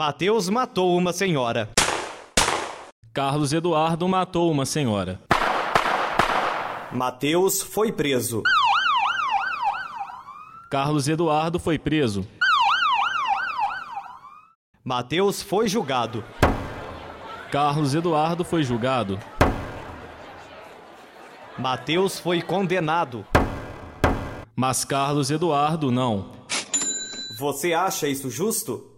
Mateus matou uma senhora. Carlos Eduardo matou uma senhora. Mateus foi preso. Carlos Eduardo foi preso. Mateus foi julgado. Carlos Eduardo foi julgado. Mateus foi condenado. Mas Carlos Eduardo não. Você acha isso justo?